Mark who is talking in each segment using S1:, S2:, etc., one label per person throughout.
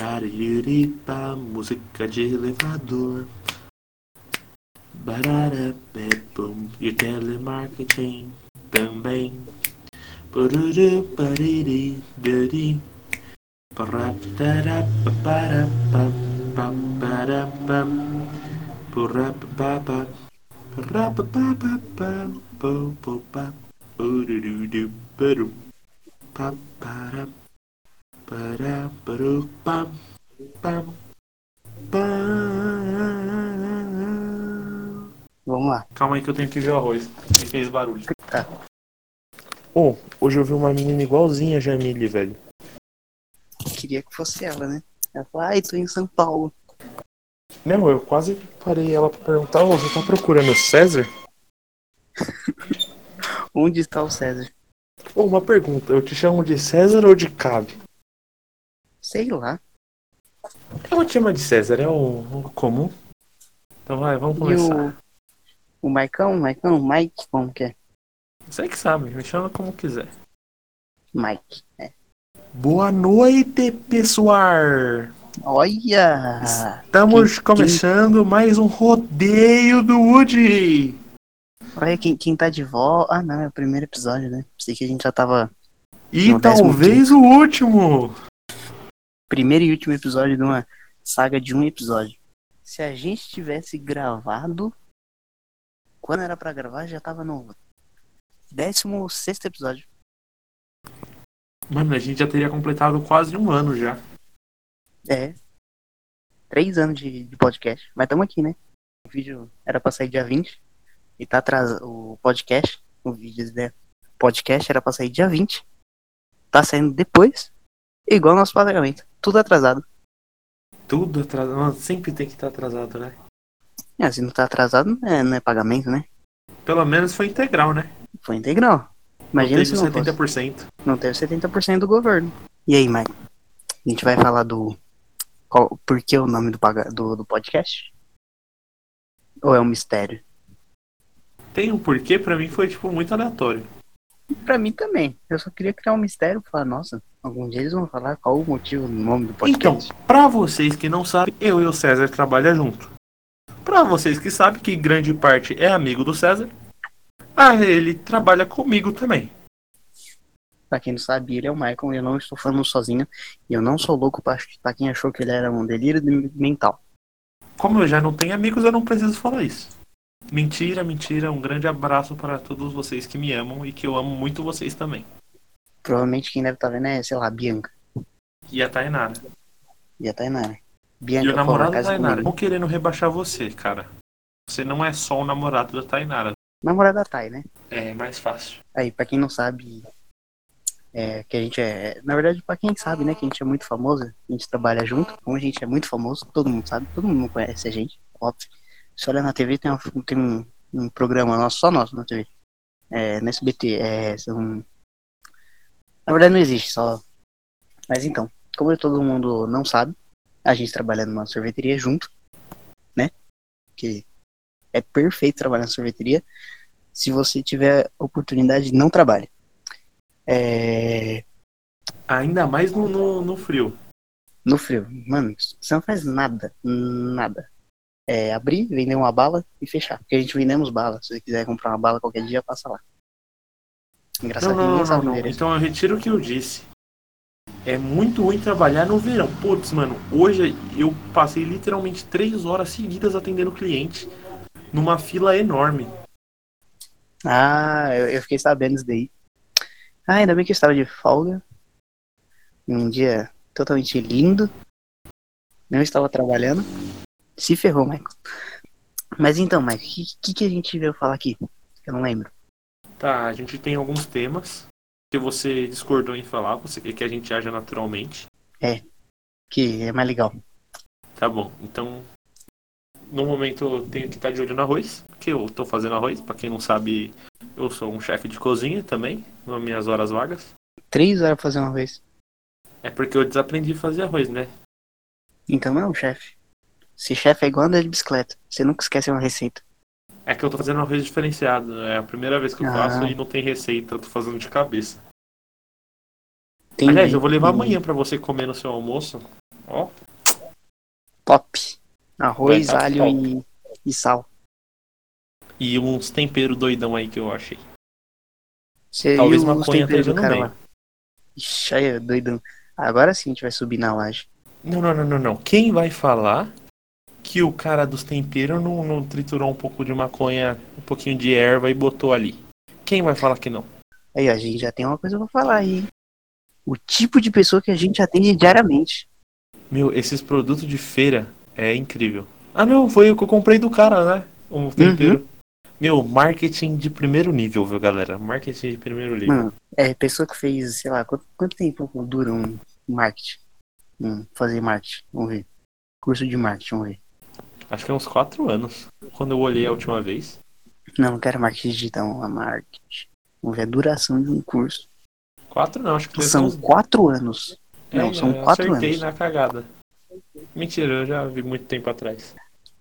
S1: Barariripa, música de elevador. Barara, bebum, e telemarketing também. Pururu, pariri, duri. Paraparapaparapaparaparam. Purapapapa. Parapapapapam. Popopa. Ururudu, peru. Paparap. Paraparupam. Pam. Pam.
S2: Vamos lá.
S3: Calma aí que eu tenho que ver o arroz. Ele fez barulho.
S1: Tá. Ô, hoje eu vi uma menina igualzinha a Jamile, velho.
S2: Queria que fosse ela, né? Ela fala, ai, tô em São Paulo.
S1: Não, eu quase parei ela pra perguntar, ô, você tá procurando o César?
S2: Onde está o César?
S1: Ô, uma pergunta, eu te chamo de César ou de Cabe?
S2: Sei lá.
S1: Ela te chama de César, é o, o comum. Então vai, vamos
S2: E
S1: começar.
S2: o. O Marcão, Marcão, Mike, como que é?
S3: Você que sabe, me chama como quiser.
S2: Mike.
S1: Boa noite, pessoal!
S2: Olha!
S1: Estamos
S2: Quem-
S1: começando mais um rodeio do Woody!
S2: Olha quem, quem tá de volta. Ah, não, é o primeiro episódio, né? Pensei que a gente já tava.
S1: E
S2: No décimo
S1: talvez o último!
S2: Primeiro e último episódio de uma saga de um episódio. Se a gente tivesse gravado. Quando era pra gravar, já tava no. 16 sexto episódio.
S3: Mano, a gente já teria completado quase um ano já.
S2: É. Três anos de, de podcast. Mas estamos aqui, né? O vídeo era pra sair dia 20. E tá atrasado. O podcast. O vídeo né? podcast era pra sair dia 20. Tá saindo depois. Igual nosso pagamento. Tudo atrasado.
S3: Tudo atrasado. Mano, sempre tem que estar atrasado, né?
S2: É, se não tá atrasado, não é, não é pagamento, né?
S3: Pelo menos foi integral, né?
S2: Foi integral. Imagina
S3: Teve
S2: se não, fosse.
S3: 70%.
S2: não teve 70% do governo. E aí, Mike? A gente vai falar do. Qual, por que o nome do, paga- do, do podcast? Ou é um mistério?
S3: Tem um porquê, pra mim foi, tipo, muito aleatório.
S2: Pra mim também. Eu só queria criar um mistério e falar, nossa, algum dia eles vão falar qual o motivo do nome do podcast.
S3: Então, Pra vocês que não sabem, eu e o César trabalham junto. Pra vocês que sabem que grande parte é amigo do César, ah, ele trabalha comigo também.
S2: Pra quem não sabe, ele é o Michael e eu não estou falando sozinho. E eu não sou louco pra, pra quem achou que ele era um delírio de- mental.
S3: Como eu já não tenho amigos, eu não preciso falar isso. Mentira, mentira. Um grande abraço para todos vocês que me amam e que eu amo muito vocês também.
S2: Provavelmente quem deve estar vendo é, sei lá, a Bianca.
S3: E a Tainara.
S2: E a Tainara.
S3: E o
S2: Bianca, pô, na
S3: namorado da
S2: é casa
S3: Tainara.
S2: comigo.
S3: Não querendo rebaixar você, cara. Você não é só o namorado da Tainara.
S2: Namorada da Thay, né?
S3: É mais fácil.
S2: Aí, pra quem não sabe, é, que a gente é. Na verdade, pra quem sabe, né, que a gente é muito famoso, a gente trabalha junto. Como a gente é muito famoso, todo mundo sabe, todo mundo conhece a gente, óbvio. Se olha na TV, tem, uma- tem um, um programa nosso, só nosso na TV. É, no SBT, é. São... Na verdade, não existe, só. Mas então, como todo mundo não sabe, a gente trabalha numa sorveteria junto, né? Que é perfeito trabalhar na sorveteria se você tiver oportunidade, não trabalhe. É...
S3: Ainda mais no, no, no frio.
S2: No frio, mano, você não faz nada, nada. É abrir, vender uma bala e fechar. Porque a gente vendemos bala. Se você quiser comprar uma bala qualquer dia, passa lá. Engraçado
S3: Não,
S2: que
S3: não,
S2: ninguém
S3: não, não,
S2: sabe o
S3: não.
S2: endereço.
S3: Então eu retiro o que eu disse. É muito ruim trabalhar no verão. Putz, mano, hoje eu passei literalmente três horas seguidas atendendo cliente numa fila enorme.
S2: Ah, eu, eu fiquei sabendo isso daí. Ah, ainda bem que eu estava de folga. Um dia totalmente lindo. Não estava trabalhando. Se ferrou, Michael. Mas então, Michael, o que, que, que a gente veio falar aqui? Eu não lembro.
S3: Tá, a gente tem alguns temas que você discordou em falar, você quer que a gente haja naturalmente.
S2: que é mais legal.
S3: Tá bom, então no momento eu tenho que estar de olho no arroz, porque eu tô fazendo arroz, pra quem não sabe, eu sou um chefe de cozinha também, nas minhas horas vagas.
S2: Três horas pra fazer uma vez.
S3: É porque eu desaprendi a fazer arroz, né?
S2: Então não é um chefe. Se chefe é igual andar de bicicleta. Você nunca esquece uma receita.
S3: É que eu tô fazendo uma coisa diferenciada. É a primeira vez que eu
S2: Ah.
S3: faço e não tem receita, eu tô fazendo de cabeça.
S2: Entendi.
S3: Aliás, eu vou levar
S2: Entendi.
S3: amanhã pra você comer no seu almoço. Ó,
S2: Top. Arroz,
S3: Vai tá
S2: alho e, e sal.
S3: e uns temperos doidão aí que eu achei.
S2: Você
S3: Talvez
S2: viu os
S3: maconha
S2: temperos
S3: esteja
S2: do
S3: no
S2: cara
S3: meio.
S2: lá. Ixi, aí, é doidão. Agora sim a gente vai subir na laje.
S3: Não, não, não, não, não. Quem vai falar que o cara dos temperos não, não triturou um pouco de maconha, um pouquinho de erva e botou ali? Quem vai falar que não?
S2: Aí, ó, a gente já tem uma coisa pra falar aí. hein? O tipo de pessoa que a gente atende diariamente.
S3: Meu, esses produtos de feira é incrível. Ah, não, foi o que eu comprei do cara, né? O tempero. Meu, marketing de primeiro nível, viu, galera? Marketing de primeiro nível.
S2: Mano, é pessoa que fez, sei lá, quanto, quanto tempo dura um marketing? Hum, fazer marketing, vamos ver. Curso de marketing, vamos ver.
S3: Acho que é uns 4 anos. Quando eu olhei a última vez.
S2: Não, não quero marketing digital, a marketing. Vamos ver a duração de um curso.
S3: 4 não, acho que deve ser
S2: São
S3: uns...
S2: quatro anos. não,
S3: É,
S2: são
S3: eu
S2: quatro
S3: acertei
S2: anos.
S3: na cagada. Mentira, eu já vi muito tempo atrás.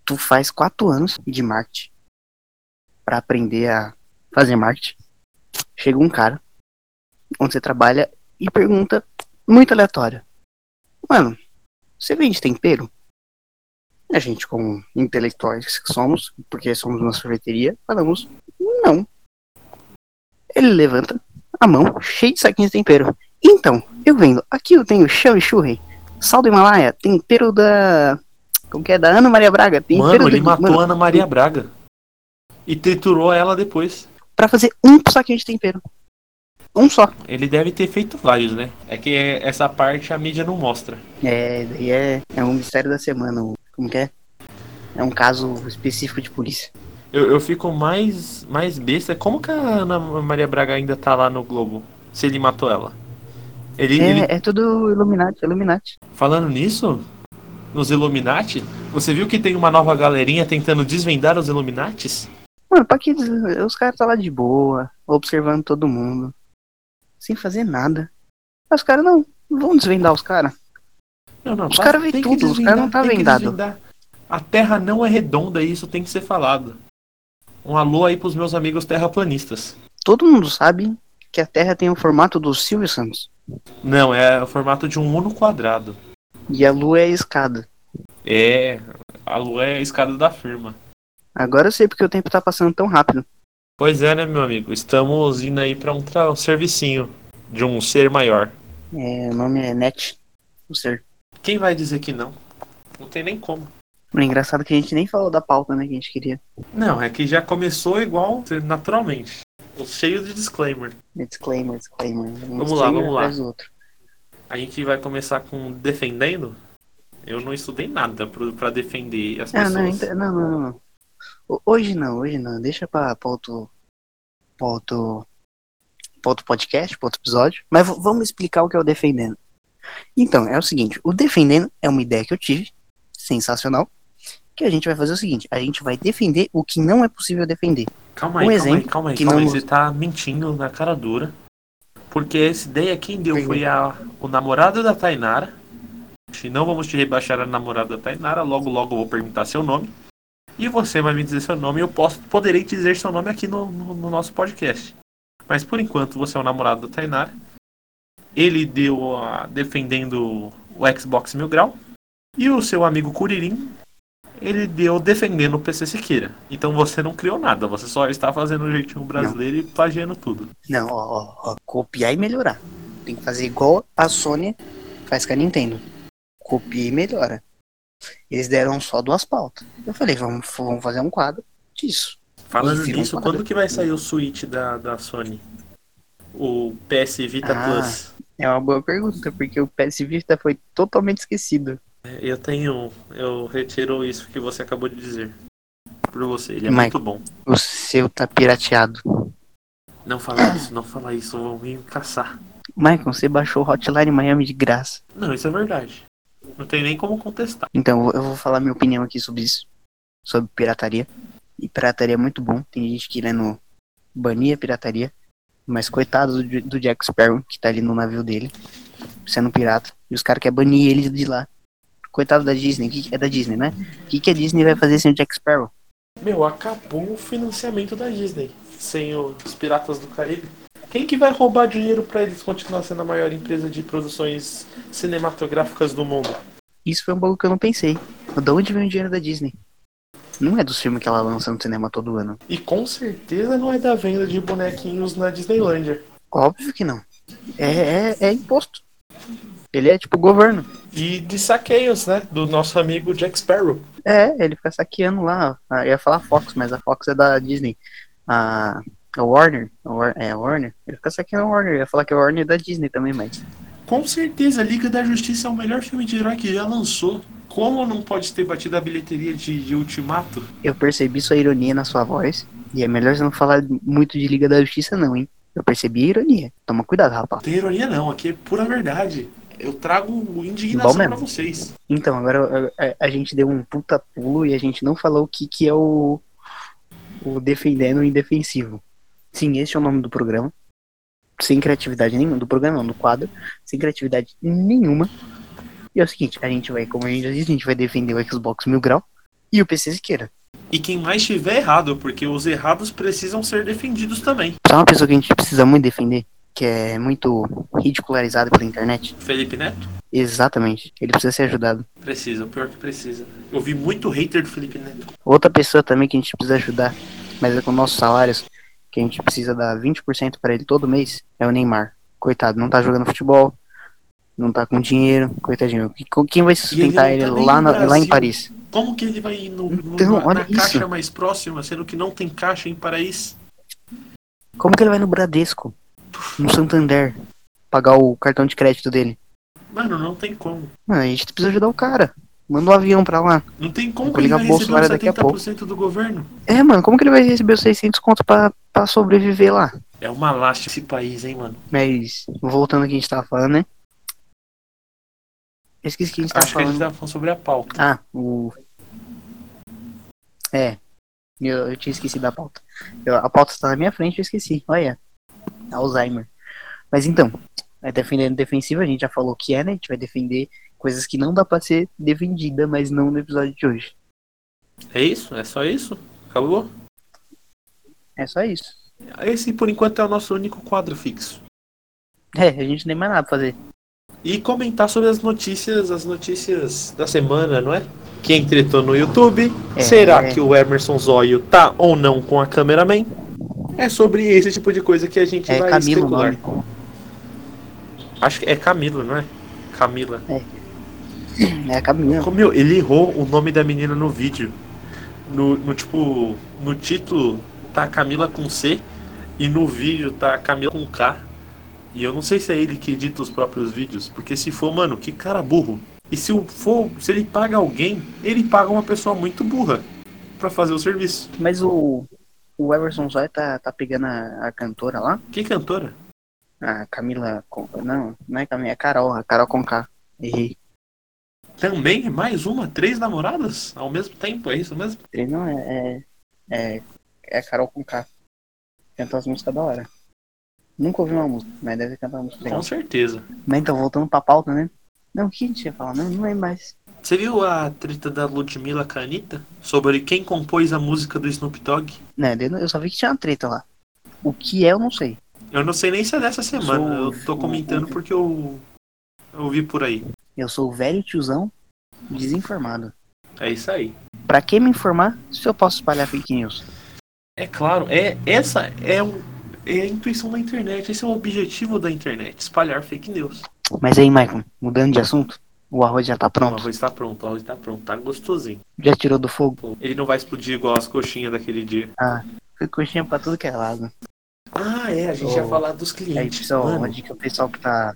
S2: Tu faz quatro anos de marketing pra aprender a fazer marketing. Chega um cara onde você trabalha e pergunta muito aleatória. Mano, você vende tempero? A gente, como intelectuais que somos, porque somos uma sorveteria, falamos não. Ele levanta a mão cheia de saquinhos de tempero. Então, eu vendo. Aqui eu tenho chimichurri, sal do Himalaia, tempero da... Como que é? Da Ana Maria Braga. Tempero
S3: Mano, ele
S2: do-
S3: matou
S2: Mano,
S3: a Ana Maria Braga. E triturou ela depois.
S2: Pra fazer um saquinho de tempero. Um só.
S3: Ele deve ter feito vários, né? É que é- essa parte a mídia não mostra.
S2: É, daí é, é um mistério da semana. o- Como que é? É um caso específico de polícia.
S3: Eu, eu fico mais, mais besta. Como que a Ana Maria Braga ainda tá lá no Globo? Se ele matou ela. Ele, ele-
S2: É, é tudo Illuminati, Illuminati.
S3: falando nisso, nos Illuminati, você viu que tem uma nova galerinha tentando desvendar os Illuminatis?
S2: Mano, pra que des- os caras tá lá de boa, observando todo mundo, sem fazer nada. Mas os caras não vão desvendar os caras.
S3: Não, não.
S2: Os
S3: tá-
S2: caras vê
S3: tem que
S2: tudo, os
S3: desvendar,
S2: caras não tá
S3: tem que
S2: vendado.
S3: desvendar. A Terra não é redonda e isso tem que ser falado. Um alô aí pros meus amigos terraplanistas.
S2: Todo mundo sabe que a Terra tem o formato do Silvio Santos.
S3: Não, é o formato de um uno quadrado.
S2: E a Lua é a escada.
S3: É, a lua é a escada da firma.
S2: Agora eu sei porque o tempo tá passando tão rápido.
S3: Pois é, né, meu amigo? Estamos indo aí pra um, tra- um servicinho de um ser maior.
S2: É, o nome é Net, o ser.
S3: Quem vai dizer que não? Não tem nem como.
S2: Mano, é engraçado que a gente nem falou da pauta, né, que a gente queria.
S3: Não, é que já começou igual naturalmente. Cheio de disclaimer.
S2: Né, Disclaimer, disclaimer. Um
S3: Vamos lá,
S2: disclaimer
S3: vamos lá.
S2: atrás do outro.
S3: A gente vai começar com defendendo. Eu não estudei nada pro- pra defender as
S2: Ah,
S3: pessoas.
S2: não, então- não, não, não, não. Ho- Hoje não, hoje não. Deixa pra, pra outro. Pra outro. pra outro podcast, pra outro episódio. Mas v- vamos explicar o que é o Defendendo. Então, é o seguinte: o Defendendo é uma ideia que eu tive, sensacional. Que a gente vai fazer o seguinte: a gente vai defender o que não é possível defender.
S3: Calma aí,
S2: Um
S3: calma aí,
S2: exemplo
S3: calma aí,
S2: que
S3: calma aí.
S2: não-
S3: Você tá mentindo na cara dura. Porque essa ideia quem deu
S2: Sim.
S3: foi a, o namorado da Tainara. E não vamos te rebaixar a namorada da Tainara. Logo, logo eu vou perguntar seu nome. E você vai me dizer seu nome e eu posso, poderei dizer seu nome aqui no, no- no nosso podcast. Mas por enquanto você é o namorado da Tainara. Ele deu a, defendendo o Xbox Mil Grau. E o seu amigo Curirim ele deu defendendo o PC Siqueira. Então você não criou nada, você só está fazendo o jeitinho brasileiro e plagiando tudo.
S2: Não, ó, ó, ó, copiar e melhorar. Tem que fazer igual a Sony faz com a Nintendo. Copia e melhora. Eles deram só duas pautas. Eu falei, vamos, vamos fazer um quadro disso.
S3: Falando
S2: Enfim,
S3: nisso,
S2: um
S3: quando que vai sair o Switch da, da Sony? O PS Vita
S2: Ah.
S3: Plus.
S2: É uma boa pergunta, porque o PS Vista foi totalmente esquecido.
S3: É, Eu tenho. Eu retiro isso que você acabou de dizer. Por você, ele é
S2: Mas-
S3: muito bom.
S2: O seu tá pirateado.
S3: Não fala isso, não fala isso, vão me caçar.
S2: Michael, você baixou o Hotline Miami de graça.
S3: Não, isso é verdade. Não tem nem como contestar.
S2: Então, eu vou falar minha opinião aqui sobre isso. Sobre pirataria. E pirataria é muito bom. Tem gente querendo banir a pirataria. Mas coitado do, do Jack Sparrow, que tá ali no navio dele, sendo um pirata. E os caras querem banir ele de lá. Coitado da Disney. Que, é da Disney, né? O que, que a Disney vai fazer sem o Jack Sparrow?
S3: Meu, acabou o financiamento da Disney. Sem os Piratas do Caribe. Quem que vai roubar dinheiro pra eles continuar sendo a maior empresa de produções cinematográficas do mundo?
S2: Isso foi um bagulho que eu não pensei. De onde vem o dinheiro da Disney? Não é dos filmes que ela lança no cinema todo ano.
S3: E com certeza não é da venda de bonequinhos na Disneylândia.
S2: Óbvio que não. É, é, é imposto. Ele é tipo governo.
S3: E de saqueios, né? Do nosso amigo Jack Sparrow.
S2: É, ele fica saqueando lá. ó. Eu ia falar Fox, mas a Fox é da Disney. A, a Warner, a War- é a Warner. Ele fica saqueando a Warner. Eu ia falar que a Warner é da Disney também, mas.
S3: Com certeza, Liga da Justiça é o melhor filme de herói que já lançou. Como não pode ter batido a bilheteria de, de Ultimato?
S2: Eu percebi sua ironia na sua voz. E é melhor você não falar muito de Liga da Justiça, não, hein? Eu percebi a ironia. Toma cuidado, rapaz.
S3: Tem ironia não, aqui é pura verdade. Eu trago
S2: Bom
S3: indignação
S2: mesmo.
S3: pra vocês.
S2: Então, agora a, a- a gente deu um puta pulo e a gente não falou o que, que é o, o defendendo e indefensivo. Sim, esse é o nome do programa. Sem criatividade nenhuma, do programa não, do quadro. Sem criatividade nenhuma. E é o seguinte, a gente vai, como a gente já disse, a gente vai defender o Xbox Mil Grau e o PC Siqueira.
S3: E quem mais tiver errado, porque os errados precisam ser defendidos também.
S2: Só uma pessoa que a gente precisa muito defender, que é muito ridicularizada pela internet.
S3: Felipe Neto?
S2: Exatamente, ele precisa ser ajudado.
S3: Precisa, o pior que precisa. Eu vi muito hater do Felipe Neto.
S2: Outra pessoa também que a gente precisa ajudar, mas é com nossos salários, que a gente precisa dar 20% pra ele todo mês, é o Neymar. Coitado, não tá jogando futebol, não tá com dinheiro, coitadinho. Que- com- Quem vai sustentar
S3: ele
S2: ele,
S3: não tá nem
S2: lá,
S3: no
S2: na- lá em
S3: Brasil.
S2: Paris?
S3: Como que ele vai ir no, no-
S2: Então,
S3: na,
S2: olha
S3: na caixa
S2: isso.
S3: mais próxima, sendo que não tem caixa em Paraís?
S2: Como que ele vai no Bradesco, no Santander, pagar o cartão de crédito dele?
S3: Mano, não tem como.
S2: Mano, a gente precisa ajudar o cara. Manda um avião pra lá.
S3: Não tem como
S2: Vou
S3: que ele
S2: ligar
S3: vai
S2: pro
S3: receber um
S2: Bolsonaro daqui a pouco.
S3: os 70% do governo.
S2: É, mano, como que ele vai receber os 600 conto pra, pra sobreviver lá?
S3: É uma lástima esse país, hein, mano.
S2: Mas, voltando ao que a gente tava falando, né? Eu esqueci o que a gente tava
S3: Acho que a
S2: falando.
S3: gente tá falando sobre a pauta.
S2: Ah, o. É. Eu, eu tinha esquecido da pauta. Eu- a pauta está na minha frente, eu esqueci. Olha. Alzheimer. Mas então, é defendendo defensiva, a gente já falou que é, né? A gente vai defender coisas que não dá pra ser defendida, mas não no episódio de hoje.
S3: É isso? É só isso? Acabou?
S2: É só isso.
S3: Esse, por enquanto, é o nosso único quadro fixo.
S2: É, a gente não tem mais nada pra fazer.
S3: E comentar sobre as notícias, as notícias da semana, não é? Quem tretou no YouTube?
S2: É.
S3: Será que o Emerson Zóio tá ou não com a cameraman? É sobre esse tipo de coisa que a gente
S2: É
S3: vai
S2: Camilo o
S3: especular.
S2: nome.
S3: Acho que é Camila, não é? Camila.
S2: É Camilo.
S3: Meu, ele errou o nome da menina no vídeo. No, no, tipo, no título tá Camila com C e no vídeo tá Camila com K. E eu não sei se é ele que edita os próprios vídeos, porque se for, mano, que cara burro. E se o- for, se ele paga alguém, ele paga uma pessoa muito burra pra fazer o serviço.
S2: Mas o. O Everson Zóia tá, tá pegando a, a cantora lá.
S3: Que cantora?
S2: A Camila. Con- Não, não é Camila, é Carol. A Carol Conká. Errei.
S3: Também mais uma, três namoradas ao mesmo tempo, é isso mesmo?
S2: Ele não é. É, é, é Carol com K. Canta as músicas da hora. Nunca ouvi uma música, mas deve cantar uma música legal.
S3: Com certeza.
S2: Mas então, voltando pra pauta, né? Não, o que a gente ia falar? Não, não é mais.
S3: Você viu a treta da Ludmilla Canita sobre quem compôs a música do Snoop Dogg?
S2: Né, eu não- eu só vi que tinha uma treta lá. O que é, eu não sei.
S3: Eu não sei nem se é dessa semana.
S2: Sou-
S3: Eu tô comentando porque eu eu vi por aí.
S2: Eu sou o velho tiozão desinformado.
S3: É isso aí.
S2: Pra que me informar se eu posso espalhar fake news?
S3: É claro, é essa é, o, é a intuição da internet. Esse é o objetivo da internet, espalhar fake news.
S2: Mas aí, Maicon, mudando de assunto, o arroz já tá
S3: O
S2: pronto.
S3: arroz tá pronto, o arroz tá pronto, tá gostosinho.
S2: Já tirou do fogo?
S3: Ele não vai explodir igual as coxinhas daquele dia.
S2: Foi coxinha pra tudo que é lado.
S3: Ah, é, a gente
S2: Oh.
S3: ia falar dos
S2: Aí,
S3: clientes.
S2: pessoal,
S3: mano.
S2: uma dica o pessoal que tá.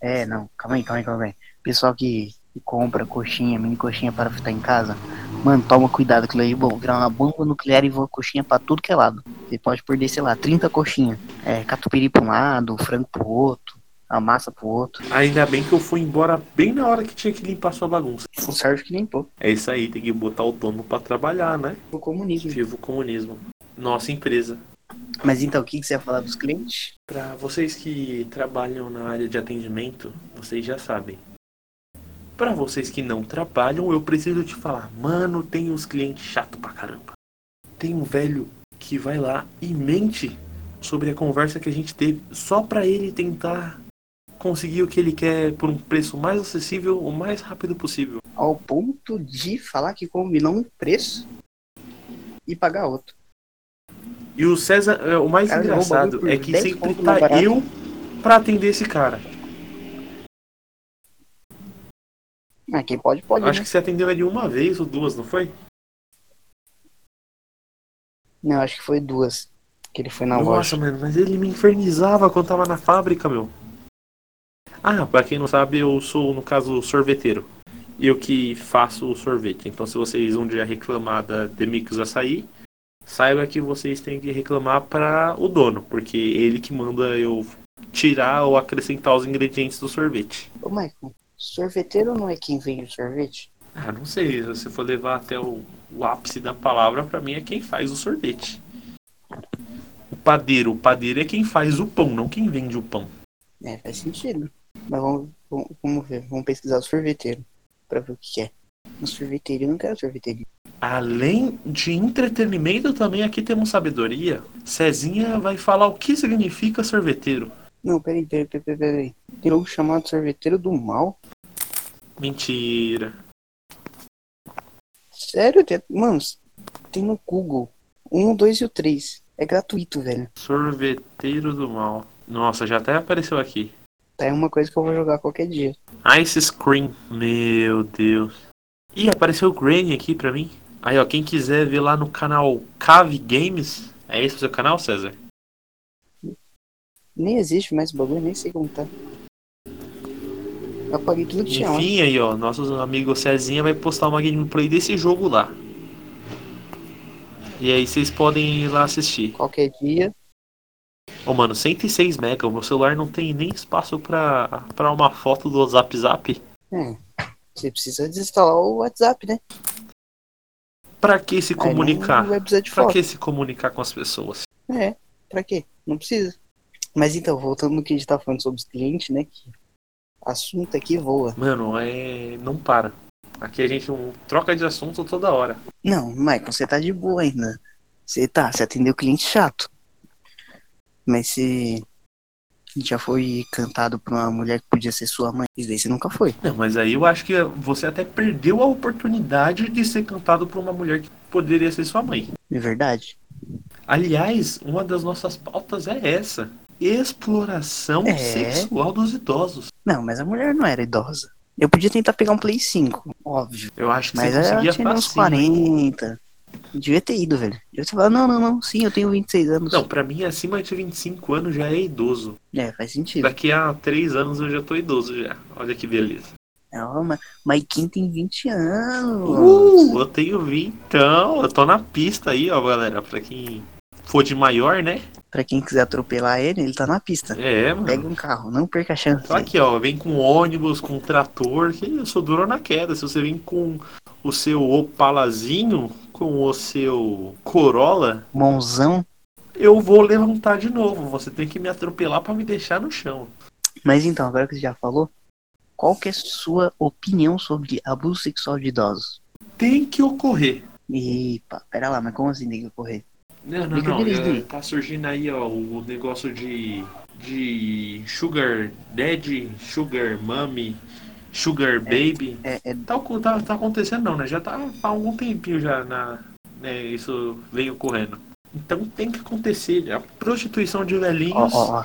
S2: É, não, calma aí, calma aí, calma aí. Pessoal que, que compra coxinha, mini coxinha para fritar em casa, mano, toma cuidado, aquilo aí bom, virar uma bomba nuclear e voa coxinha pra tudo que é lado. Você pode perder, sei lá, 30 coxinhas. É, catupiry pra um lado, frango pro outro, a massa pro outro.
S3: Ainda bem que eu fui embora bem na hora que tinha que limpar sua bagunça.
S2: O Sérgio que limpou.
S3: É isso aí, tem que botar o dono pra trabalhar, né?
S2: O comunismo.
S3: Viva o comunismo. Nossa empresa.
S2: Mas então, o que, que você ia falar dos clientes?
S3: Para vocês que trabalham na área de atendimento, vocês já sabem. Para vocês que não trabalham, eu preciso te falar, mano, tem uns clientes chato pra caramba. tem um velho que vai lá e mente sobre a conversa que a gente teve só pra ele tentar conseguir o que ele quer por um preço mais acessível o mais rápido possível.
S2: Ao ponto de falar que combinou um preço e pagar outro.
S3: E o César, é, o mais
S2: Cara, ele roubou o
S3: engraçado
S2: bagulho
S3: é
S2: por
S3: que
S2: 10
S3: sempre
S2: conto mais
S3: tá
S2: barato.
S3: eu pra atender esse cara.
S2: Ah, quem pode, pode.
S3: Acho
S2: né?
S3: que você atendeu ele uma vez ou duas, não foi?
S2: Não, acho que foi duas. Que ele foi na loja.
S3: Nossa, mano, mas ele me infernizava quando tava na fábrica, meu. Ah, pra quem não sabe, eu sou, no caso, sorveteiro. Eu que faço o sorvete. Então, se vocês um dia reclamar da Demix Açaí, saiba que vocês têm que reclamar pra o dono, porque é ele que manda eu tirar ou acrescentar os ingredientes do sorvete.
S2: Ô, Michael, sorveteiro não é quem vende sorvete?
S3: Ah, não sei, se você for levar até o, o ápice da palavra, pra mim é quem faz o sorvete. O padeiro, o padeiro é quem faz o pão, não quem vende o pão.
S2: É, faz sentido. Mas vamos, vamos, vamos ver, vamos pesquisar o sorveteiro pra ver o que que é. Um sorveteiro, eu não quero sorveteria.
S3: Além de entretenimento, também aqui temos sabedoria. Cezinha vai falar o que significa sorveteiro.
S2: Não, peraí, peraí, peraí, peraí, peraí. Tem um chamado sorveteiro do mal?
S3: Mentira.
S2: Sério, tem- mano, tem no Google. Um, dois e o três. É gratuito, velho.
S3: Sorveteiro do mal. Nossa, já até apareceu aqui.
S2: Tá, é uma coisa que eu vou jogar qualquer dia.
S3: Ice Scream. Meu Deus. Ih, apareceu o Granny aqui pra mim. Aí, ó, quem quiser ver lá no canal Cave Games. É esse o seu canal, César?
S2: Nem existe mais o bagulho, nem sei como tá. Eu apaguei tudo que tinha lá.
S3: Enfim, aí, ó, nosso amigo Cezinha vai postar uma gameplay desse jogo lá. E aí vocês podem ir lá assistir.
S2: Qualquer dia.
S3: Ô, mano, 106 mega, o meu celular não tem nem espaço pra, pra uma foto do Zap Zap.
S2: É. Você precisa desinstalar o WhatsApp, né?
S3: Pra que se
S2: Aí
S3: comunicar?
S2: Não vai precisar de
S3: Pra
S2: foto.
S3: que se comunicar com as pessoas?
S2: É, pra quê? Não precisa. Mas então, voltando no que a gente tá falando sobre os clientes, né? Que assunto aqui voa.
S3: Mano, é. não para. Aqui a gente um, troca de assunto toda hora.
S2: Não, Michael, você tá de boa ainda. Você tá, você atendeu cliente chato. Mas você já foi cantado pra uma mulher que podia ser sua mãe. Isso daí você nunca foi.
S3: Não, mas aí eu acho que você até perdeu a oportunidade de ser cantado por uma mulher que poderia ser sua mãe.
S2: É verdade.
S3: Aliás, uma das nossas pautas é essa: exploração
S2: É.
S3: sexual dos idosos.
S2: Não, mas a mulher não era idosa. Eu podia tentar pegar um Play 5, óbvio.
S3: Eu acho que
S2: Mas é
S3: você
S2: ela
S3: conseguia
S2: tinha uns
S3: facinho, hein?
S2: 40. Devia ter ido, velho. Devia ter falado, não, não, não, sim, eu tenho 26 anos.
S3: Não, pra mim, acima de 25 anos já é idoso.
S2: É, faz sentido.
S3: Daqui a três anos eu já tô idoso já. Olha que beleza.
S2: Não, mas, mas quem tem 20 anos?
S3: Uh, eu tenho 20, então. Eu tô na pista aí, ó, galera. Pra quem for de maior, né?
S2: Pra quem quiser atropelar ele, ele tá na pista.
S3: É, mano.
S2: Pega um carro, não perca a chance.
S3: Tô aqui, ó. Vem com ônibus, com trator. Que eu sou duro na queda. Se você vem com o seu Opalazinho, com o seu Corolla,
S2: Monzão.
S3: eu vou levantar de novo. Você tem que me atropelar pra me deixar no chão.
S2: Mas então, agora que você já falou, qual que é a sua opinião sobre abuso sexual de idosos?
S3: Tem que ocorrer.
S2: Epa, pera lá, mas como assim tem que ocorrer?
S3: Não, não,
S2: Liga
S3: não.
S2: deles,
S3: é,
S2: Gui.
S3: tá surgindo aí, ó, o negócio de, de Sugar Daddy, Sugar Mommy, Sugar Baby.
S2: É, é-
S3: Tá, ocu- tá, tá acontecendo não, né? Já tá há algum tempinho já na, né, isso vem ocorrendo. Então tem que acontecer. A prostituição de
S2: ó,
S3: velhinhos
S2: ó, ó,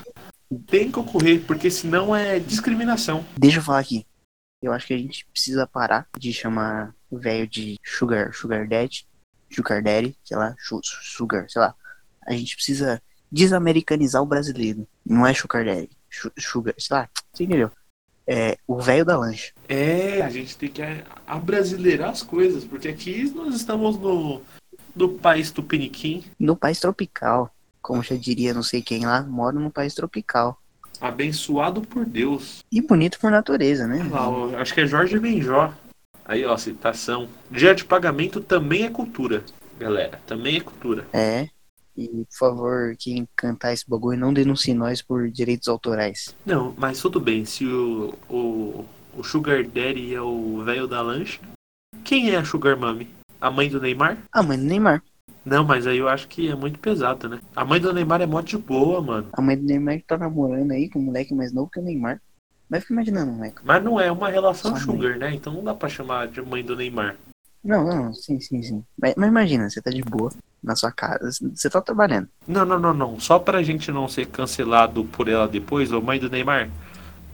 S3: tem que ocorrer, porque senão é discriminação.
S2: deixa eu falar aqui. Eu acho que a gente precisa parar de chamar o velho de sugar, sugar daddy, sugar daddy, sei lá, su- sugar, sei lá. A gente precisa desamericanizar o brasileiro. Não é sugar daddy, su- sugar, sei lá, você entendeu? É o velho da lancha.
S3: É, a gente tem que a- abrasileirar as coisas, porque aqui nós estamos no, no país tupiniquim.
S2: No país tropical. Como já diria não sei quem lá, moro num país tropical.
S3: Abençoado por Deus.
S2: E bonito por natureza, né?
S3: Ah, o- acho que é Jorge Benjó. Aí, ó, citação. Dia de pagamento também é cultura, galera. Também é cultura.
S2: É. E, por favor, quem cantar esse bagulho, não denuncie nós por direitos autorais.
S3: Não, mas tudo bem. Se o, o, o Sugar Daddy é o velho da lancha, quem é a Sugar Mami? A mãe do Neymar?
S2: A mãe do Ah, Neymar.
S3: Não, mas aí eu acho que é muito pesado, né? A mãe do Neymar é mó de boa, mano.
S2: A mãe do Neymar tá namorando aí com um moleque mais novo que o Neymar. Mas fica imaginando, moleque.
S3: Mas não é uma relação
S2: Sua mãe.
S3: sugar, né? Então não dá pra chamar de mãe do Neymar.
S2: Não, não, não, sim, sim, sim. Mas, mas imagina, você tá de boa na sua casa, você tá trabalhando.
S3: Não, não, não, não. Só pra gente não ser cancelado por ela depois, ô mãe do Neymar.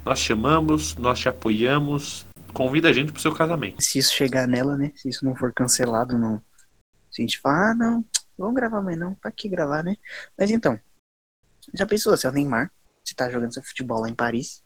S3: Nós chamamos, nós te apoiamos. Convida a gente pro seu casamento.
S2: Se isso chegar nela, né? Se isso não for cancelado, não. Se a gente falar, ah, não, vamos gravar mais não, pra que gravar, né? Mas então, já pensou, você é o Neymar, você tá jogando seu futebol lá em Paris,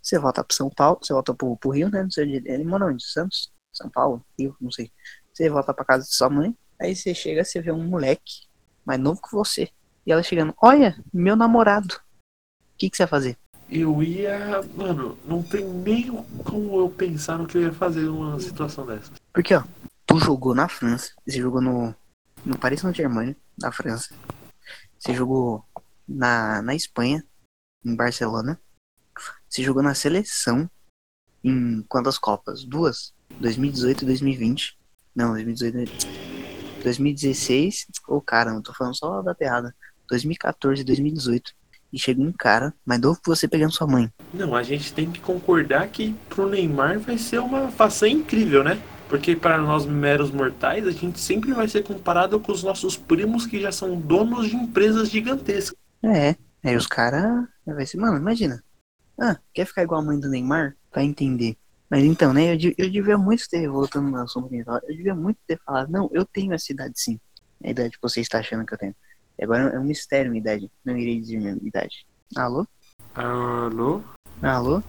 S2: você volta pro São Paulo, você volta pro, pro Rio, né? Não sei onde ele mora, onde? Santos? São Paulo? Rio, não sei. Você volta pra casa de sua mãe, aí você chega, você vê um moleque mais novo que você. E ela chegando, olha, meu namorado. O que, que você vai fazer?
S3: Eu ia. Mano, não tem nem como eu pensar no que eu ia fazer numa situação dessa.
S2: Porque, ó, tu jogou na França, você jogou no, no Paris Saint-Germain, né, na França. Você jogou na, na Espanha, em Barcelona. Você jogou na seleção em quantas Copas? Duas? 2018 e 2020. Não, 2018 né? e 2016. Ô, caramba, tô falando só da errada. 2014 e 2018. E chega um cara, mais novo que você pegando sua mãe.
S3: Não, a gente tem que concordar que pro Neymar vai ser uma façanha incrível, né? Porque para nós meros mortais, a gente sempre vai ser comparado com os nossos primos que já são donos de empresas gigantescas.
S2: É, aí os caras vai ser, assim, mano, imagina. Ah, quer ficar igual a mãe do Neymar? Vai entender. Mas então, né, eu, de- eu devia muito ter, voltando no assunto principal, eu devia muito ter falado, não, eu tenho essa idade sim. A idade que você está achando que eu tenho. E agora é um mistério minha idade. Não irei dizer minha idade. Alô?
S3: Alô?
S2: Alô?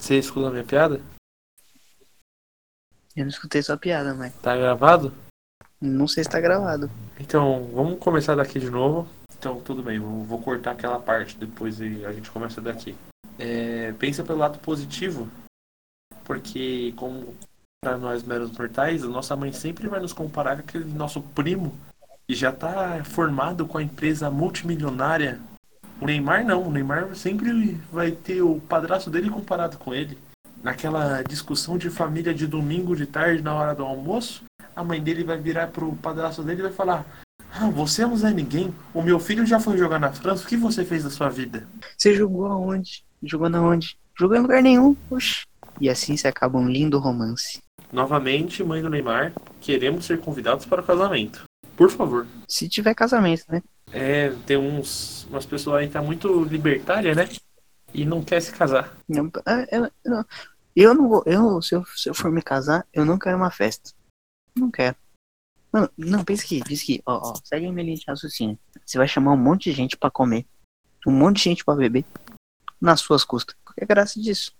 S3: Você escutou a minha piada?
S2: Eu não escutei sua piada, mas
S3: Tá gravado?
S2: não sei se tá gravado.
S3: Então, vamos começar daqui de novo. Então, tudo bem, vou vou cortar aquela parte depois e a gente começa daqui. É, pensa pelo lado positivo, porque como para nós meros mortais, a nossa mãe sempre vai nos comparar com aquele nosso primo que já tá formado com a empresa multimilionária. O Neymar não, o Neymar sempre vai ter o padrasto dele comparado com ele. Naquela discussão de família de domingo de tarde na hora do almoço, a mãe dele vai virar pro padrasto dele e vai falar: Ah, você não é ninguém. O meu filho já foi jogar na França. O que você fez da sua vida?
S2: Você jogou aonde? Jogou na onde? Jogou em lugar nenhum. Oxi. E assim se acaba um lindo romance.
S3: Novamente, mãe do Neymar, queremos ser convidados para o casamento. Por favor.
S2: Se tiver casamento, né?
S3: É, tem uns. umas pessoas aí que tá muito libertária, né? E não quer se casar.
S2: Não, ah, Eu, eu não- eu não vou. Eu, se, eu, se eu for me casar, eu não quero uma festa. Não quero. Mano, não, pensa aqui, pensa aqui. Ó, ó, segue a minha linha de raciocínio. Você vai chamar um monte de gente pra comer, um monte de gente pra beber, nas suas custas. Qual que é a graça disso?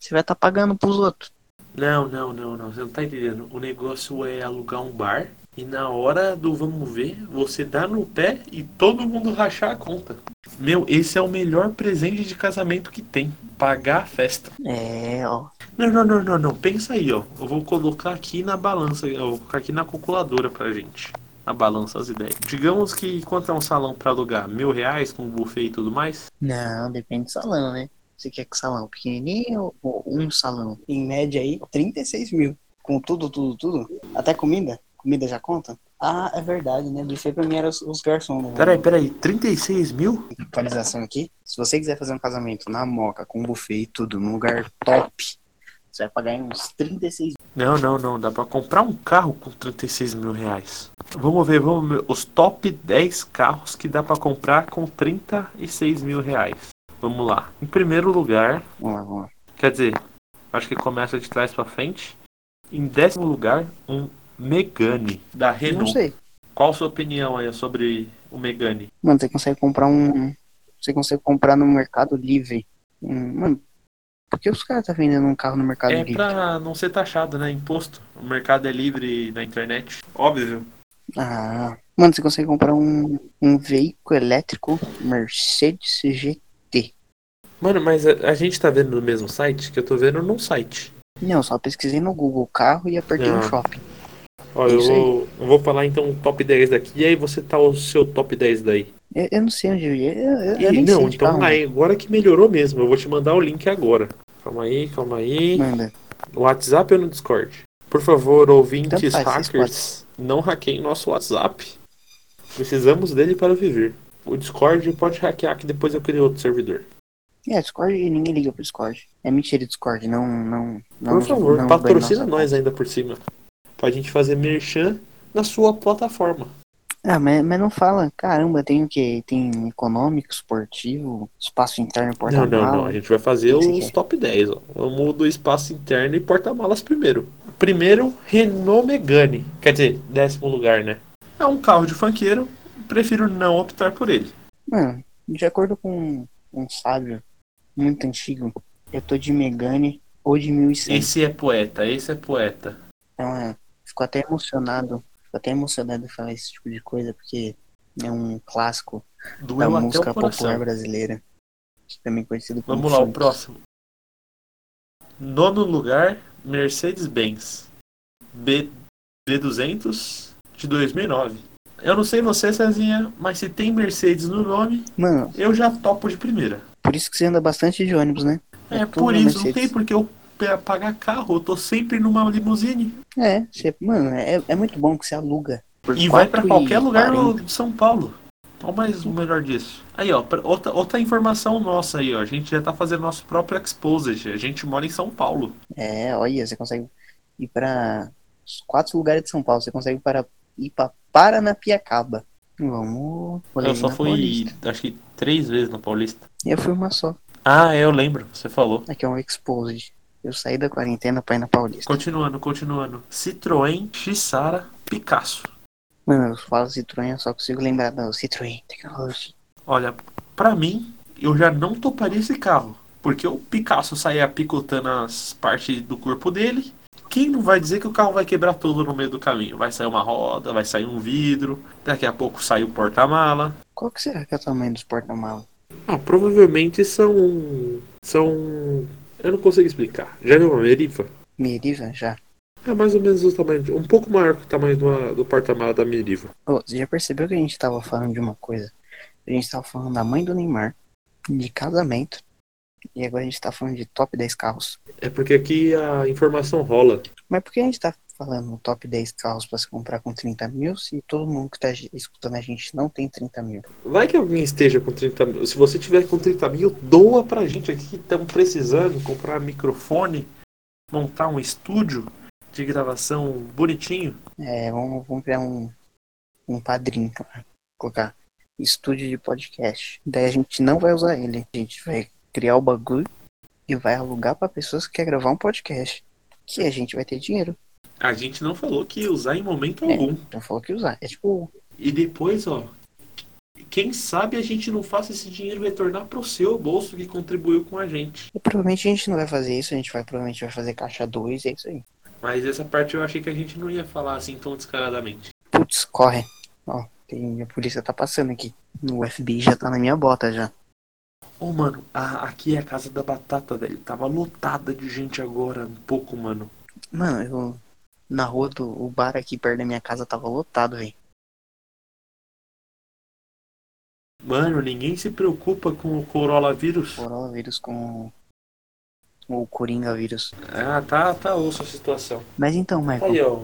S2: Você vai estar tá pagando pros outros.
S3: Não, não, não, não. Você não tá entendendo. O negócio é alugar um bar e na hora do vamos ver, você dá no pé e todo mundo rachar a conta. Meu, esse é o melhor presente de casamento que tem. Pagar a festa.
S2: É, ó.
S3: Não, não, não, não, não. Pensa aí, ó. Eu vou colocar aqui na balança, eu vou colocar aqui na calculadora pra gente. Na balança as ideias. Digamos que quanto é um salão pra alugar? Mil reais com buffet e tudo mais?
S2: Não, depende do salão, né? Você quer que salão pequenininho ou um salão? Em média aí, 36 mil. Com tudo, tudo, tudo. Até comida? Comida já conta? Ah, é verdade, né? Buffet pra mim era os, os garçons. né?
S3: Peraí, peraí. 36 mil?
S2: Atualização aqui. Se você quiser fazer um casamento na Moca, com buffet e tudo, num lugar top, você vai pagar uns 36 mil.
S3: Não, não, não. Dá pra comprar um carro com 36 mil reais. Vamos ver, vamos ver. Os top 10 carros que dá pra comprar com 36 mil reais. Vamos lá. Em primeiro lugar,
S2: Vamos lá, vamos lá.
S3: Quer dizer, acho que começa de trás pra frente. Em décimo lugar, um Megane da
S2: Eu não
S3: Renault.
S2: sei.
S3: Qual sua opinião aí sobre o Megane?
S2: Mano, você consegue comprar um. Você consegue comprar no Mercado Livre. Hum, Mano, por que os caras tá vendendo um carro no Mercado
S3: É
S2: Livre?
S3: pra não ser taxado, né? Imposto. O mercado é livre na internet. Óbvio.
S2: Ah, mano, você consegue comprar um, um veículo elétrico Mercedes GT.
S3: Mano, mas a, a gente tá vendo no mesmo site que eu tô vendo num site.
S2: Não, só pesquisei no Google carro e apertei
S3: Ah.
S2: no shopping.
S3: Ó,
S2: É
S3: eu
S2: isso aí.
S3: vou, eu vou falar então o top 10 daqui e aí você tá o seu top 10 daí.
S2: Eu, eu não sei onde eu ia. Eu, eu, eu
S3: Ih,
S2: nem
S3: não,
S2: sei de
S3: então
S2: carro, é.
S3: aí, agora que melhorou mesmo. Eu vou te mandar o link agora. Calma aí, calma aí.
S2: mano. Manda.
S3: No WhatsApp ou no Discord? Por favor, ouvintes
S2: Tanto faz, vocês
S3: hackers, não hackeiem nosso WhatsApp.
S1: Precisamos dele para viver. O Discord pode hackear que depois eu crio outro servidor.
S2: É, Discord, ninguém liga pro Discord. É mentira, Discord, não. não, não
S1: Por favor,
S2: não-
S1: patrocina
S2: não-
S1: nós ainda por cima. Pra gente fazer merchan na sua plataforma.
S2: Ah, mas, mas não fala. Caramba, tem o quê? Tem econômico, esportivo, espaço interno,
S1: Não,
S2: porta-mala.
S1: não, não. A gente vai fazer
S2: O que que
S1: os
S2: você quer?
S1: top 10. Ó. Eu mudo espaço interno e porta-malas primeiro. Primeiro, Renault Megane. Quer dizer, décimo lugar, né?
S3: É um carro de funkeiro, prefiro não optar por ele.
S2: Mano, de acordo com um sábio muito antigo, eu tô de Megane ou de 1100.
S3: Esse é poeta, esse é poeta.
S2: Então, é, fico até emocionado. Fico até emocionado em falar esse tipo de coisa, porque é um clássico da
S3: Doeu até
S2: É música
S3: o
S2: popular né?
S3: coração.
S2: brasileira. Também é conhecido como
S3: Vamos lá, o
S2: funk.
S3: próximo. Nono lugar, Mercedes-Benz. B, B200 de 2009. Eu não sei você, Cezinha, mas se tem Mercedes no nome,
S2: Mano,
S3: eu já topo de primeira.
S2: por isso que você anda bastante de ônibus, né?
S3: É,
S2: tudo
S3: por isso, não
S2: Mercedes.
S3: tem porque eu pe- pagar carro, eu tô sempre numa limusine.
S2: É, você, mano, é, é muito bom que você aluga. por
S3: E vai pra
S2: 4,40.
S3: qualquer lugar no- de São Paulo. Olha mais o melhor disso. Aí, ó, pra- outra, outra informação nossa aí, ó. A gente já tá fazendo nosso próprio exposed. A gente mora em São Paulo.
S2: É, olha, você consegue ir pra os quatro lugares de São Paulo. Você consegue para, ir pra Paranapiacaba. Vamos.
S3: Eu
S2: olhei
S3: só
S2: na
S3: fui,
S2: Paulista.
S3: acho que três vezes na Paulista.
S2: Eu fui uma só.
S3: Ah, eu lembro, você falou.
S2: Aqui é um exposed. Eu saí da quarentena pra ir na Paulista.
S3: Continuando, continuando. Citroën, Xara, Picasso.
S2: Mano, eu falo Citroën, eu só consigo lembrar do Citroën Technology.
S3: Olha, pra mim, eu já não toparia esse carro. Porque o Picasso saía picotando as partes do corpo dele. Quem não vai dizer que o carro vai quebrar todo no meio do caminho? Vai sair uma roda, vai sair um vidro, daqui a pouco sai o porta-mala.
S2: Qual que será que é o tamanho dos porta-malas?
S1: Ah, provavelmente são. São. Eu não consigo explicar. Já viu uma Meriva?
S2: Meriva, já.
S1: É mais ou menos o tamanho. de- Um pouco maior que o tamanho de uma- do porta-mala da Meriva.
S2: Ô, você já percebeu que a gente tava falando de uma coisa? A gente tava falando da mãe do Neymar, de casamento, e agora a gente tá falando de top 10 carros.
S1: É porque aqui a informação rola.
S2: Mas por que a gente tá falando top 10 carros pra se comprar com 30 mil se todo mundo que tá ge- escutando a gente não tem 30 mil?
S1: Vai que alguém esteja com 30 mil. Se você tiver com 30 mil, doa pra gente aqui que estamos precisando comprar
S3: Microfone, montar um estúdio de gravação bonitinho.
S2: É, vamos, vamos criar um, um padrinho, cara. Colocar estúdio de podcast. Daí a gente não vai usar ele. A gente vai criar o bagulho e vai alugar pra pessoas que querem gravar um podcast. Que a gente vai ter dinheiro.
S3: A gente não falou que ia usar em momento
S2: É.
S3: algum.
S2: Então falou que usar. É tipo,
S3: E depois, ó, quem sabe a gente não faça esse dinheiro retornar pro seu bolso que contribuiu com a gente.
S2: é, provavelmente a gente não vai fazer isso. A gente vai provavelmente vai fazer caixa 2. É isso aí.
S3: Mas essa parte eu achei que a gente não ia falar assim tão descaradamente.
S2: Putz, corre. Ó, tem, a polícia tá passando aqui. O FBI já tá na minha bota já.
S3: Ô, mano, a- aqui é a casa da batata, velho. Tava lotada de gente agora, um pouco, mano.
S2: Mano, eu. Na rua do. O bar aqui perto da minha casa tava lotado, velho.
S3: Mano, ninguém se preocupa com o coronavírus.
S2: coronavírus com o Coringa vírus.
S3: Ah, tá, tá ouça a situação.
S2: Mas então,
S3: Tá
S2: Michael,
S3: Aí, ó,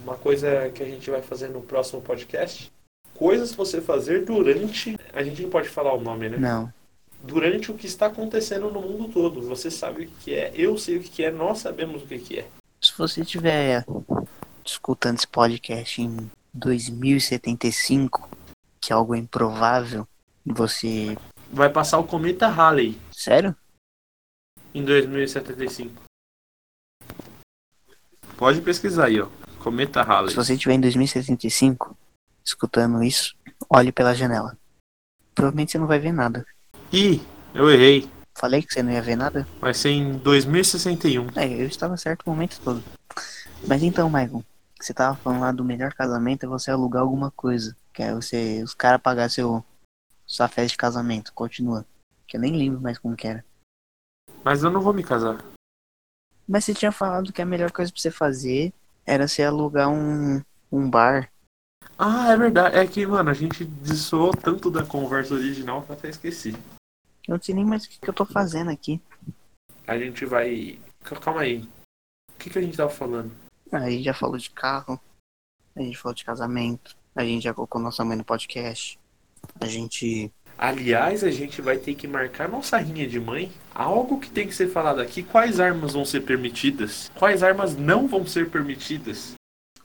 S3: uma coisa que a gente vai fazer no próximo podcast. Coisas você fazer durante. A gente não pode falar o nome, né?
S2: não.
S3: durante o que está acontecendo no mundo todo. Você sabe o que que é, eu sei o que que é, nós sabemos o que que é.
S2: Se você estiver escutando esse podcast em 2075, que é algo improvável, você.
S3: Vai passar o cometa Halley
S2: Sério?
S3: em 2075. Pode pesquisar aí, ó. Cometa Halley.
S2: Se você estiver em 2075 escutando isso, olhe pela janela. Provavelmente você não vai ver nada.
S3: Ih, eu errei.
S2: Falei que você não ia ver nada?
S3: Vai ser em 2061.
S2: É, eu estava certo o momento todo. Mas então, Michael, você tava falando lá do melhor casamento é você alugar alguma coisa. Que é você, os caras pagar seu sua festa de casamento. Continua. Que eu nem lembro mais como que era.
S3: Mas eu não vou me casar.
S2: Mas você tinha falado que a melhor coisa pra você fazer era você alugar um, um bar.
S3: Ah, é verdade. É que, mano, a gente dissoou tanto da conversa original que eu até esqueci.
S2: Eu não sei nem mais o que, que eu tô fazendo aqui.
S3: A gente vai. Calma aí. O que, que a gente tava falando?
S2: A gente já falou de carro, a gente falou de casamento, a A gente já colocou nossa mãe no podcast. A gente.
S3: Aliás, a gente vai ter que marcar nossa rinha de mãe. Algo que tem que ser falado aqui: quais armas vão ser permitidas? Quais armas não vão ser permitidas?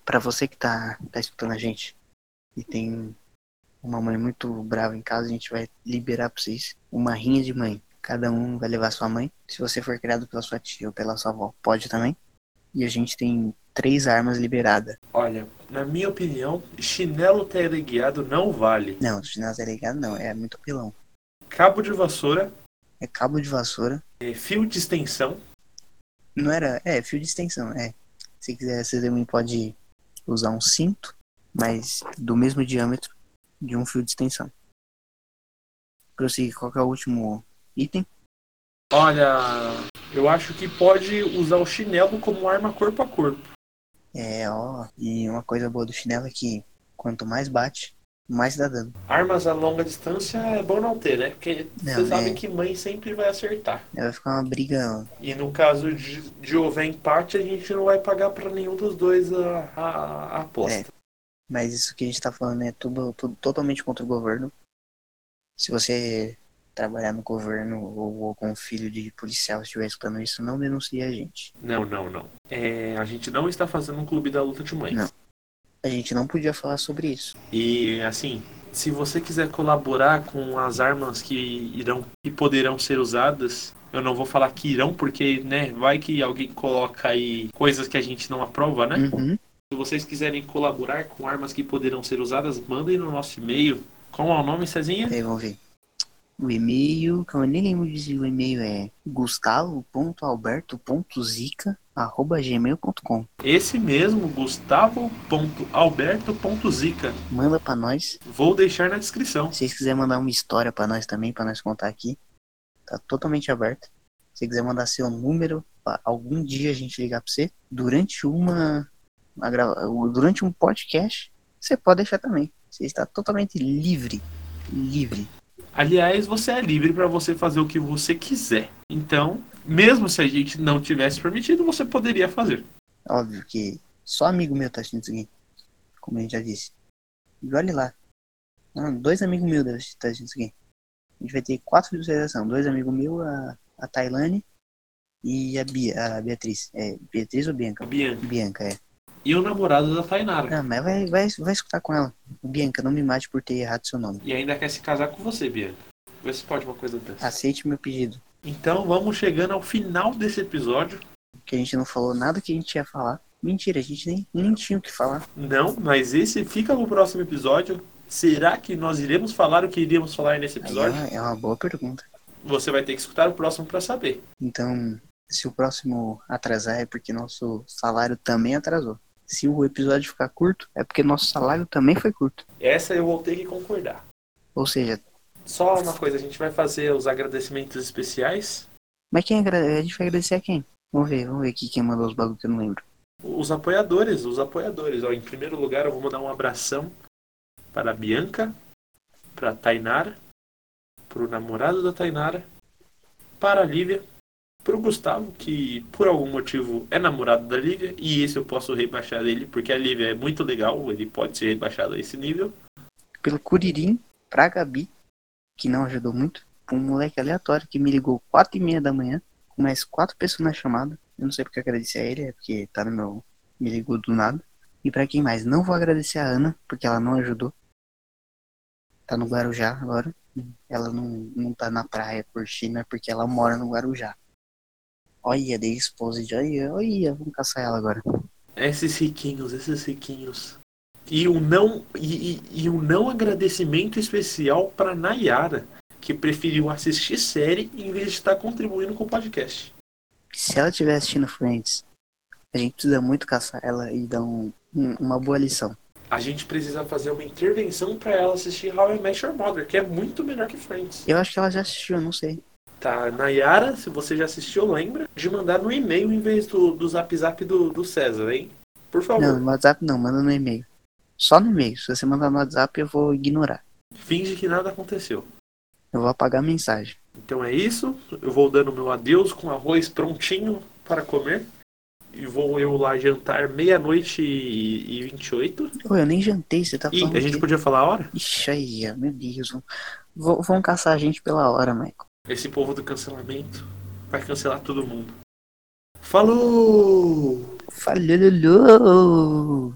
S2: Pra você que tá, tá escutando a gente e tem uma mãe muito brava em casa, a gente vai liberar pra vocês uma rinha de mãe. Cada um vai levar sua mãe. Se você for criado pela sua tia ou pela sua avó, pode também. E a gente tem três armas liberadas.
S3: Olha, na minha opinião, chinelo teleguiado não vale.
S2: Não, chinelo delegado não, é muito pilão.
S3: Cabo de vassoura,
S2: É cabo de vassoura.
S3: eh, fio de extensão,
S2: Não era. É, fio de extensão, é. Se quiser, você também pode usar um cinto, mas do mesmo diâmetro de um fio de extensão. Prossegui, qual que é o último item?
S3: Olha, eu acho que pode usar o chinelo como arma corpo a corpo.
S2: É, ó. E uma coisa boa do chinelo é que quanto mais bate, mais dá dano.
S3: Armas a longa distância é bom não ter, né? Porque
S2: Não,
S3: você sabe
S2: é.
S3: que mãe sempre vai acertar.
S2: Aí Vai ficar uma briga.
S3: E no caso de, de houver empate, a gente não vai pagar pra nenhum dos dois a, a, a
S2: É.
S3: aposta.
S2: Mas isso que a gente tá falando é tudo, tudo totalmente contra o governo. Se você trabalhar no governo ou, ou com um filho de policial estiver escutando isso, não denuncie a gente.
S3: Não, não, não. É, a gente não está fazendo um clube da luta de mães.
S2: Não. A gente não podia falar sobre isso.
S3: E assim, se você quiser colaborar com as armas que irão e poderão ser usadas, eu não vou falar que irão, porque, né, vai que alguém coloca aí coisas que a gente não aprova, né?
S2: Uhum.
S3: Se vocês quiserem colaborar com armas que poderão ser usadas, mandem no nosso e-mail. Qual é o nome, Cezinha?
S2: Aí, vamos ver. O e-mail, que eu nem lembro de se o e-mail é gustavo.alberto.zica.gmail.com
S3: Esse mesmo, gustavo.alberto.zica.
S2: Manda pra nós.
S3: Vou deixar na descrição.
S2: Se vocês quiserem mandar uma história pra nós também, pra nós contar aqui, tá totalmente aberto. Se você quiser mandar seu número, pra algum dia a gente ligar pra você, durante uma, uma grava- durante um podcast, você pode deixar também. Você está totalmente livre. Livre.
S3: Aliás, você é livre para você fazer o que você quiser. Então, mesmo se a gente não tivesse permitido, você poderia fazer.
S2: Óbvio que só amigo meu tá assistindo isso aqui. Como a gente já disse. E olha lá. Não, dois amigos meus devem estar assistindo isso aqui. A gente vai ter quatro visualizações. Dois amigos meus, a, a Tailane e a, Bia, a Beatriz. É, Beatriz ou Bianca?
S3: Bianca.
S2: Bianca, é.
S3: E o namorado da Tainara.
S2: Ah, mas vai, vai, vai escutar com ela. Bianca, não me mate por ter errado seu nome.
S3: E ainda quer se casar com você, Bianca. Vê se pode uma coisa dessa.
S2: Aceite meu pedido.
S3: Então, vamos chegando ao final desse episódio.
S2: Que a gente não falou nada que a gente ia falar. Mentira, a gente nem, nem tinha o que falar.
S3: Não, mas esse fica pro próximo episódio. Será que nós iremos falar o que iríamos falar nesse
S2: Aí é
S3: episódio?
S2: uma- é uma boa pergunta.
S3: Você vai ter que escutar o próximo para saber.
S2: Então, se o próximo atrasar é porque nosso salário também atrasou. Se o episódio ficar curto, é porque nosso salário também foi curto.
S3: Essa eu vou ter que concordar.
S2: Ou seja,
S3: Só uma coisa, a gente vai fazer os agradecimentos especiais.
S2: mas quem agradece? A gente vai agradecer a quem? Vamos ver, vamos ver aqui quem mandou os bagulho que eu não lembro.
S3: Os apoiadores, os apoiadores. Ó, em primeiro lugar, eu vou mandar um abração para a Bianca, para a Tainara, para o namorado da Tainara, para a Lívia, para o Gustavo, que por algum motivo é namorado da Lívia, e esse eu posso rebaixar ele, porque a Lívia é muito legal, ele pode ser rebaixado a esse nível.
S2: Pelo Curirim, pra Gabi, que não ajudou muito. pra Um moleque aleatório que me ligou 4 e meia da manhã, com mais quatro pessoas na chamada. Eu não sei porque eu agradeci a ele, é porque tá no meu. Me ligou do nada. E pra quem mais? Não vou agradecer a Ana, porque ela não ajudou. Tá no Guarujá agora. Ela não, não tá na praia curtindo, é porque ela mora no Guarujá. Olha, dei esposa de. Olha, olha, vamos caçar ela agora.
S3: Esses riquinhos, esses riquinhos. E um não, e, e- e um não agradecimento especial para Nayara, que preferiu assistir série em vez de estar contribuindo com o podcast.
S2: se ela estiver assistindo Friends, a gente precisa muito caçar ela e dar um- um- uma boa lição.
S3: A gente precisa fazer uma intervenção para ela assistir How I Met Your Mother, que é muito melhor que Friends.
S2: Eu acho que ela já assistiu, eu não sei.
S3: Tá, Nayara, se você já assistiu, lembra de mandar no e-mail em vez do, do zap zap do, do César, hein? Por favor.
S2: Não, no WhatsApp não, manda no e-mail. Só no e-mail. Se você mandar no WhatsApp, eu vou ignorar.
S3: Finge que nada aconteceu.
S2: Eu vou apagar a mensagem.
S3: Então é isso. Eu vou dando meu adeus com arroz prontinho para comer. e vou eu lá jantar meia-noite e, e 28.
S2: Pô, eu nem jantei, você tá
S4: Ih,
S2: falando.
S4: a gente
S2: de-
S4: podia falar a hora?
S2: Ixi, aí, ó, meu Deus. vão- vão- Vão caçar a gente pela hora, Michael.
S3: Esse povo do cancelamento vai cancelar todo mundo. Falou!
S2: Falou!